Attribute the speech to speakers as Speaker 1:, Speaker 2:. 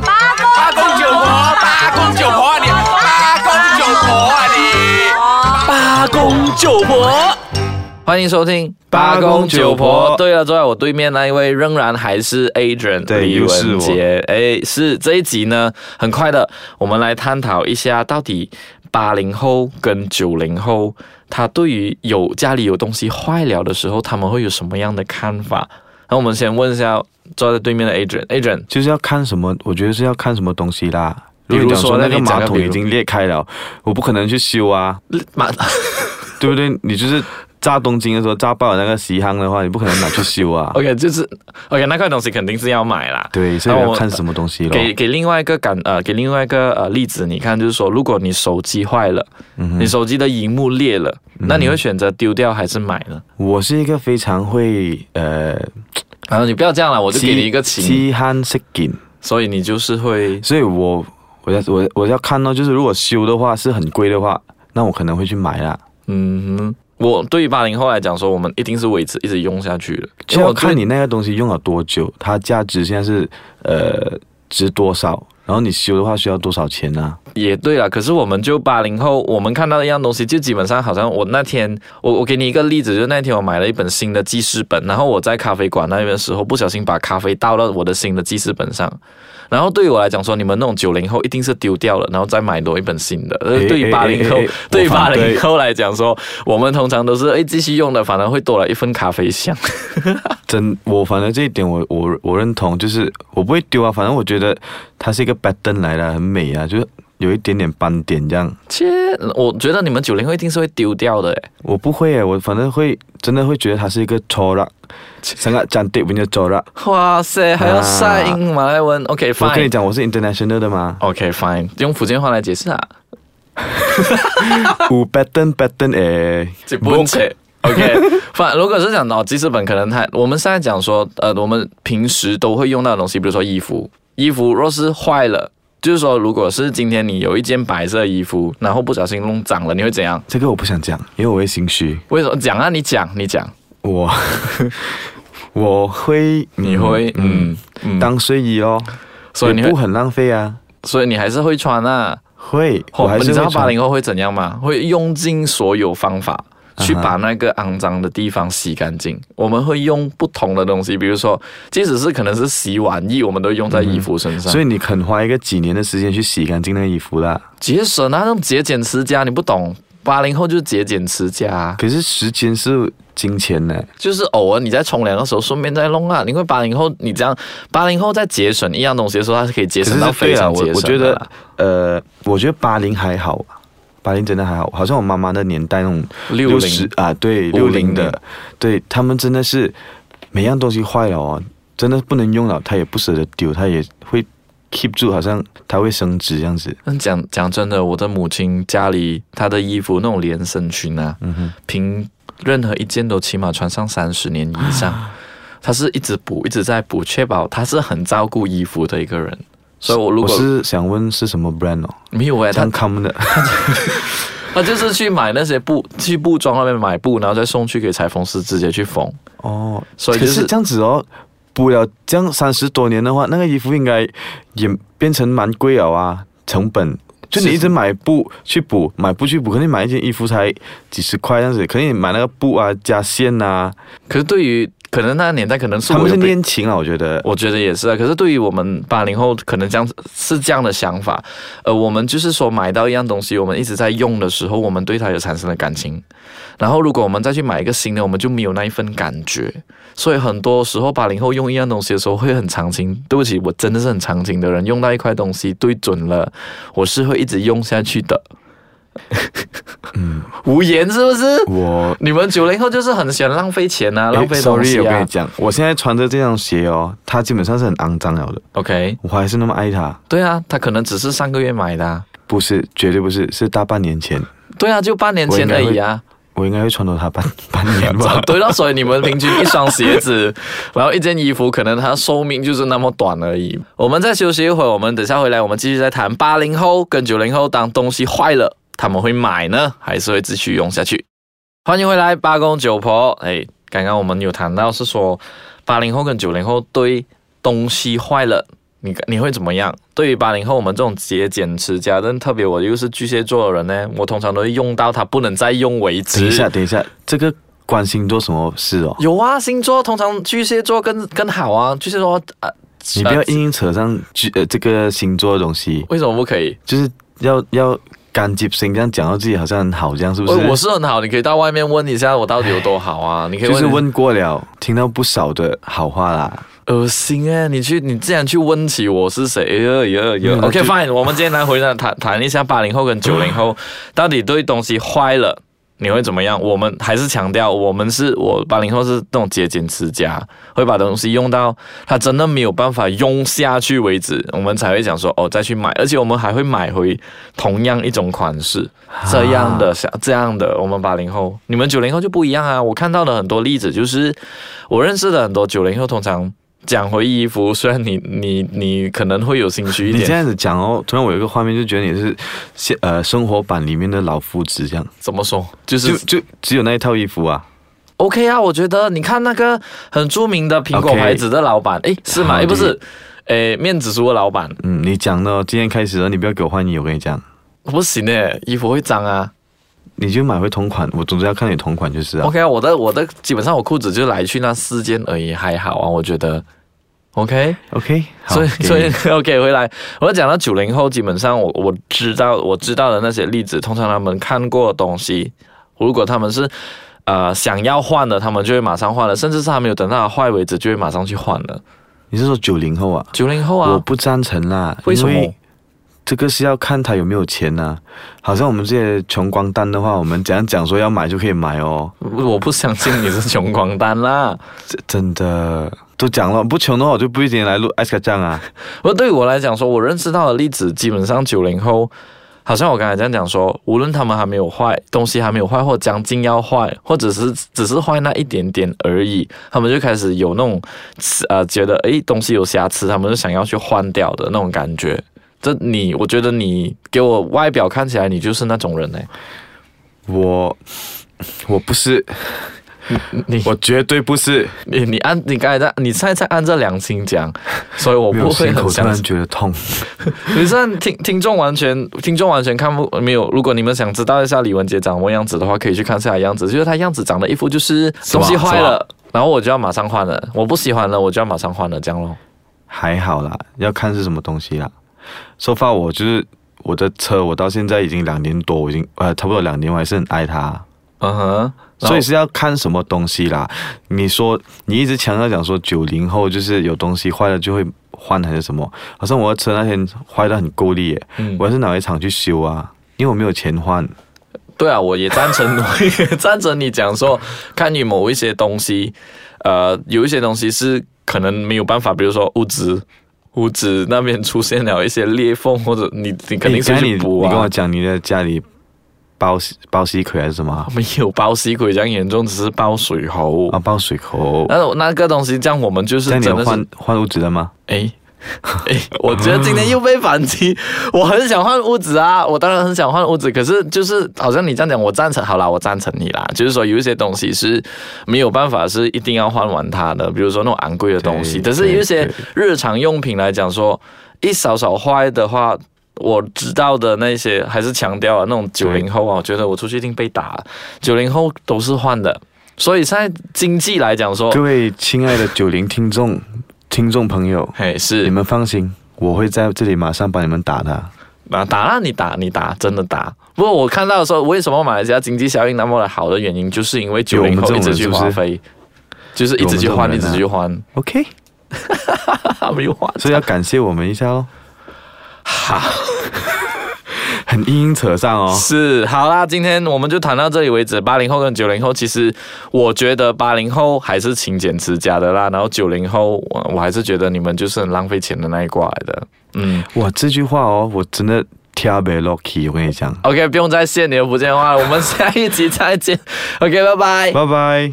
Speaker 1: 八公九婆，八公九婆啊你，八公九婆啊你，
Speaker 2: 八公九婆。欢迎收听
Speaker 3: 八公九婆
Speaker 2: 对啊了，坐在我对面那一位仍然还是 Adrian
Speaker 3: 对
Speaker 2: 李
Speaker 3: 又是
Speaker 2: 文
Speaker 3: 我
Speaker 2: 杰。哎，是这一集呢，很快的，我们来探讨一下到底八零后跟九零后，他对于有家里有东西坏了的时候，他们会有什么样的看法？那我们先问一下坐在对面的 Adrian，Adrian
Speaker 3: 就是要看什么，我觉得是要看什么东西啦。
Speaker 2: 比如
Speaker 3: 如果讲
Speaker 2: 说
Speaker 3: 说那个
Speaker 2: 那你讲
Speaker 3: 马
Speaker 2: 个
Speaker 3: 桶
Speaker 2: 比如
Speaker 3: 已经裂开了，我不可能去 修啊，
Speaker 2: 马。
Speaker 3: 对不对？你就是炸东京的时候炸爆了那个西夯的话，你不可能拿去修啊
Speaker 2: OK 就是 OK 那块东西肯定是要买啦。
Speaker 3: 对，所以
Speaker 2: 那我
Speaker 3: 要看什么东西咯。
Speaker 2: 给给另外一个感呃，给另外一个呃例子，你看，就是说，如果你手机坏了，
Speaker 3: 嗯
Speaker 2: 你手机的荧幕裂了，那你会选择丢掉还是买呢？
Speaker 3: 我是一个非常会呃，
Speaker 2: 然后你不要这样了，我就给你一个
Speaker 3: 稀
Speaker 2: 情，
Speaker 3: 稀罕食品，
Speaker 2: 所以你就是会
Speaker 3: 所以我我要我我要看到，就是如果修的话是很贵的话，那我可能会去买啦。
Speaker 2: 嗯哼。我对于八零后来讲说，我们一定是维持一直用下去的，因
Speaker 3: 就
Speaker 2: 为
Speaker 3: 要
Speaker 2: 哎我对
Speaker 3: 看你那个东西用了多久，它价值现在是呃值多少，然后你修的话需要多少钱啊？
Speaker 2: 也对了，可是我们就八零后，我们看到一样东西，就基本上好像我那天，我我给你一个例子，就是那天我买了一本新的记事本，然后我在咖啡馆那边的时候，不小心把咖啡倒到我的新的记事本上，然后对于我来讲说，你们那种九零后一定是丢掉了，然后再买多一本新的。呃，
Speaker 3: 诶
Speaker 2: 对于八零后
Speaker 3: 诶诶诶，
Speaker 2: 对于
Speaker 3: 我
Speaker 2: 八
Speaker 3: 反对
Speaker 2: 零后来讲说，我们通常都是哎继续用的，反而会多了一份咖啡香。
Speaker 3: 真，我反正这一点我我我认同，就是我不会丢啊，反正我觉得它是一个 pattern 来的，很美啊，就是有一点点斑点这样。
Speaker 2: 切，我觉得你们九零后一定是会丢掉的欸诶。
Speaker 3: 我不会啊耶，我反正会真的会觉得它是一个 chorak，三个讲对文的 chorak。
Speaker 2: 哇塞，还要晒英马来文，OK
Speaker 3: 啊我跟你
Speaker 2: fine。，
Speaker 3: 讲，我是 international 的嘛
Speaker 2: OK fine，用福建话来解释啊，
Speaker 3: 五 pattern pattern 诶，
Speaker 2: 这不切。OK，反 如果是讲到记事本，可能它我们现在讲说，呃，我们平时都会用到的东西，比如说衣服，衣服若是坏了，就是说，如果是今天你有一件白色的衣服，然后不小心弄脏了，你会怎样？
Speaker 3: 这个我不想讲，因为我会心虚。
Speaker 2: 为什么讲啊？你讲，你讲，
Speaker 3: 我 我会，
Speaker 2: 你会，嗯嗯，
Speaker 3: 当睡衣哦，
Speaker 2: 所以你
Speaker 3: 也不
Speaker 2: 会，
Speaker 3: 很浪费啊。
Speaker 2: 所以你还是会穿啊。
Speaker 3: 会，
Speaker 2: 我
Speaker 3: 我还
Speaker 2: 哦你
Speaker 3: 是
Speaker 2: 知
Speaker 3: 会
Speaker 2: 道八
Speaker 3: 穿
Speaker 2: 零后会怎样吗？会用尽所有方法
Speaker 3: 啊
Speaker 2: 去把那个肮脏的地方洗干净。我们会用不同的东西，比如说，即使是可能是洗碗液，我们都用在衣服身上，
Speaker 3: 嗯所以你肯花一个几年的时间去洗干净那个衣服啦。
Speaker 2: 节省啊，那种节俭持家，你不懂。八零后就是节俭持家啊、
Speaker 3: 可是时间是金钱呢，
Speaker 2: 就是偶尔你在冲凉的时候顺便再弄啊。因为八零后你这样，八零后在节省一样东西的时候，他是可以节
Speaker 3: 可是
Speaker 2: 省到非
Speaker 3: 对啊，
Speaker 2: 常
Speaker 3: 我
Speaker 2: 节省的啦
Speaker 3: 我觉得，呃，我觉得八零还好，八零真的还好，好像我妈妈的年代那种
Speaker 2: 六
Speaker 3: 十
Speaker 2: 零
Speaker 3: 啊，
Speaker 2: 50
Speaker 3: 对，六
Speaker 2: 年
Speaker 3: 零的，对他们真的是每样东西坏了哦，真的不能用了，她也不舍得丢，她也会 keep 住，好像它会升值这样子。
Speaker 2: 但嗯讲讲真的，我的母亲家里她的衣服那种连身裙啊，
Speaker 3: 嗯
Speaker 2: 凭任何一件都起码穿上三十年以上。
Speaker 3: 啊
Speaker 2: 她是一直补，一直在补，确保她是很照顾衣服的一个人。所以我如
Speaker 3: 我
Speaker 2: 果
Speaker 3: 是想问是什么 brand 哦，
Speaker 2: 没有哎、她
Speaker 3: 像他 们的，
Speaker 2: 她就是去买那些布，去布庄那边买布，然后再送去给裁缝师直接去缝。
Speaker 3: 哦，
Speaker 2: 所以
Speaker 3: 可
Speaker 2: 就是是
Speaker 3: 这样子哦，补了这样三十多年的话，那个衣服应该也变成蛮贵了啊，成本。就你
Speaker 2: 是
Speaker 3: 一直买布去补，买布去补，可能你买一件衣服才几十块这样子，可能你买那个布啊加线啊，
Speaker 2: 可是对于可能那个年代可能是
Speaker 3: 他
Speaker 2: 我
Speaker 3: 们
Speaker 2: 有
Speaker 3: 是
Speaker 2: 被
Speaker 3: 恋情啊，我觉得。
Speaker 2: 我觉得也是啊。可是对于我们八零后，可能这样子是这样的想法。呃，我们就是说买到一样东西，我们一直在用的时候，我们对它有产生了感情。然后如果我们再去买一个新的，我们就没有那一份感觉。所以很多时候八零后用一样东西的时候会很长情。对不起，我真的是很长情的人。用到一块东西对准了，我是会一直用下去的。
Speaker 3: 嗯
Speaker 2: 无言是不是？
Speaker 3: 我
Speaker 2: 你们九零后就是很喜欢浪费钱啊，浪费
Speaker 3: 诶
Speaker 2: 东
Speaker 3: ，sorry，
Speaker 2: 西
Speaker 3: 我跟
Speaker 2: 啊
Speaker 3: 你。讲，我现在穿着这双鞋哦，它基本上是很肮脏了的，
Speaker 2: OK，
Speaker 3: 我还是那么爱它，
Speaker 2: 对啊，他可能只是上个月买的、啊。
Speaker 3: 不是，绝对不是，是大半年前，
Speaker 2: 对啊，就半年前而已啊。。
Speaker 3: 我应该会穿着它半半年吧
Speaker 2: 对了，所以你们平均一双鞋子，然后一件衣服，可能它寿命就是那么短而已。我们再休息一会儿，我们等下回来，我们继续再谈八零后跟九零后，当东西坏了，他们会买呢，还是会继续用下去？欢迎回来，八公九婆。哎，刚刚我们有谈到是说八零后跟九零后对东西坏了你你会怎么样？对于八零后我们这种节俭持家，但特别我又是巨蟹座的人呢，我通常都会用到它不能再用为止。
Speaker 3: 等一下，等一下，这个关星座什么事哦？
Speaker 2: 有啊，星座通常巨蟹座更更好啊，巨蟹座啊，
Speaker 3: 你不要
Speaker 2: 呃
Speaker 3: 硬硬扯上巨呃这个星座的东西，
Speaker 2: 为什么不可以？
Speaker 3: 就是要要干接心，这样讲到自己好像很好这样，是不
Speaker 2: 我我
Speaker 3: 是？
Speaker 2: 是很好，你可以到外面问一下我到底有多好啊！你可以
Speaker 3: 就是
Speaker 2: 问
Speaker 3: 问过了，听到不少的好话啦。
Speaker 2: 恶心哎、你去你竟然去问起我是谁？哎呦哎呦哎呦
Speaker 3: 嗯
Speaker 2: OK
Speaker 3: 就
Speaker 2: fine，我们今天来回来谈谈一下八零后跟九零后到底对东西坏了你会怎么样？我们还是强调，我们是我八零后是那种节俭持家，会把东西用到它真的没有办法用下去为止，我们才会讲说哦再去买，而且我们还会买回同样一种款式
Speaker 3: 啊
Speaker 2: 这样的像这样的，我们八零后，你们九零后就不一样啊！我看到的很多例子就是。我认识的很多九零后，通常讲回衣服，虽然你你你可能会有兴趣一
Speaker 3: 你这
Speaker 2: 点，
Speaker 3: 样子讲哦，突然我有一个画面，就觉得你是现呃生活版里面的老夫子这样，
Speaker 2: 怎么说？就是
Speaker 3: 就就只有那一套衣服啊。
Speaker 2: OK 啊，我觉得你看那个很著名的苹果
Speaker 3: OK 啊
Speaker 2: 牌子的老板，诶，是吗？
Speaker 3: 好
Speaker 2: 诶，不是
Speaker 3: 的，
Speaker 2: 诶，面子书的老板，
Speaker 3: 嗯，你讲的哦，今天开始了，你不要给我换衣，我跟你讲，
Speaker 2: 不行诶，衣服会脏啊。
Speaker 3: 你就买回同款，我总之要看你同款就是啊。
Speaker 2: OK 啊，我的我的基本上我裤子就来去那四件而已，还好啊，我觉得 OK。
Speaker 3: OK，好
Speaker 2: 所以
Speaker 3: 给
Speaker 2: 所以
Speaker 3: 你
Speaker 2: OK 回来，我讲到九零后，基本上我我知道我知道的那些例子，通常他们看过的东西，如果他们是呃想要换的，他们就会马上换了，甚至是还没有等到它坏为止，就会马上去换了。
Speaker 3: 你是说九零后啊？
Speaker 2: 九零后
Speaker 3: 我
Speaker 2: 啊，
Speaker 3: 不赞成啦，
Speaker 2: 为什么
Speaker 3: 因这个是要看他有没有钱呐、好像我们这些穷光蛋的话，我们怎样讲说要买就可以买哦，
Speaker 2: 我我不相信你是穷光蛋啦。
Speaker 3: 这真的都讲了，不穷的话我就不一定来录艾斯卡酱啊。
Speaker 2: 不，对于我来讲说，我认识到的例子，基本上九零后，好像我刚才这样讲说，无论他们还没有坏，东西还没有坏，或将近要坏，或者是 只是坏那一点点而已，他们就开始有那种呃，觉得诶东西有瑕疵，他们就想要去换掉的那种感觉。这你，我觉得你给我外表看起来，你就是那种人欸 呢、
Speaker 3: 我我不是，
Speaker 2: 你
Speaker 3: 我绝对不是。
Speaker 2: 你你按你刚才在你现在在按着良心讲，所以我
Speaker 3: 我
Speaker 2: 不会
Speaker 3: 心
Speaker 2: 很
Speaker 3: 口突
Speaker 2: 相
Speaker 3: 然
Speaker 2: 信。
Speaker 3: 觉得痛。
Speaker 2: 你这样听听众完全听众完全看不没有。如果你们想知道一下李文杰长什么样子的话，可以去看一下样子，就是他样子长得一副就是
Speaker 3: 是
Speaker 2: 东
Speaker 3: 吧
Speaker 2: 西坏
Speaker 3: 是
Speaker 2: 了，然后我就要马上换了，我不喜欢了，我就要马上换了，这样咯。
Speaker 3: 还好啦，要看是什么东西啦。说、so、far 我就是我的车，我到现在已经两年多，我已经呃差不多两年，我还是很爱它。
Speaker 2: 嗯哼，然后
Speaker 3: 所以是要看什么东西啦。你说你一直强调讲说九零后就是有东西坏了就会换还是什么？好像我的车那天坏的很够力耶，
Speaker 2: 嗯
Speaker 3: 我还是拿回厂去修啊，因为我没有钱换。
Speaker 2: 对啊，我也赞成， 我也赞成你讲说，看你某一些东西，呃，有一些东西是可能没有办法，比如说物质。物质那边出现了一些裂缝，或者你你肯定是
Speaker 3: 诶刚才你
Speaker 2: 去补
Speaker 3: 你跟
Speaker 2: 啊
Speaker 3: 我，讲你的家里包包吸口还是什么啊？
Speaker 2: 没有包吸鬼这样严重，只是包水喉
Speaker 3: 啊，包水口。
Speaker 2: 那我那个东西，这样我们就是
Speaker 3: 那
Speaker 2: 真
Speaker 3: 你有
Speaker 2: 的是
Speaker 3: 换换屋子了吗？
Speaker 2: 哎。 哎，我觉得今天又被反击。 我很想换屋子啊，我当然很想换屋子，可是就是好像你这样讲，我赞成。好啦，我赞成你啦。就是说有一些东西是没有办法，是一定要换完它的，比如说那种昂贵的东西。
Speaker 3: 对
Speaker 2: 但是有一些
Speaker 3: 对
Speaker 2: 日常用品来讲说，一少少坏的话，我知道的那些还是强调啊，那种九零后啊，我觉得我出去一定被打。九零后都是换的，所以现在经济来讲说，
Speaker 3: 各位亲爱的九零听众、听众朋友，
Speaker 2: 嘿，是
Speaker 3: 你们放心，我会在这里马上把你们打的。
Speaker 2: 啊，打啦，你打，你打，真的打。不过我看到的时候，为什么马来西亚经济效应那么的好的原因，就是因为九
Speaker 3: 有我
Speaker 2: 零
Speaker 3: 们
Speaker 2: 后
Speaker 3: 这
Speaker 2: 一
Speaker 3: 种
Speaker 2: 直去
Speaker 3: 人是不
Speaker 2: 花
Speaker 3: 是
Speaker 2: 费，就是一直去
Speaker 3: 有我
Speaker 2: 换，
Speaker 3: 们
Speaker 2: 一
Speaker 3: 这种人啊
Speaker 2: 直去 换，
Speaker 3: OK，
Speaker 2: 没有换。
Speaker 3: 所以要感谢我们一下哦喽。好， 很硬硬扯上哦。
Speaker 2: 是，好啦，今天我们就谈到这里为止。八零后跟九零后，其实我觉得八零后还是勤俭持家的啦，然后九零后，我我还是觉得你们就是很浪费钱的那一挂来的。嗯
Speaker 3: 哇，这句话哦，我真的特别 lucky，我跟
Speaker 2: 哎
Speaker 3: 你讲。
Speaker 2: ，OK，不用再谢你的福建话了，我们下一集再见。OK，拜拜。
Speaker 3: 拜拜。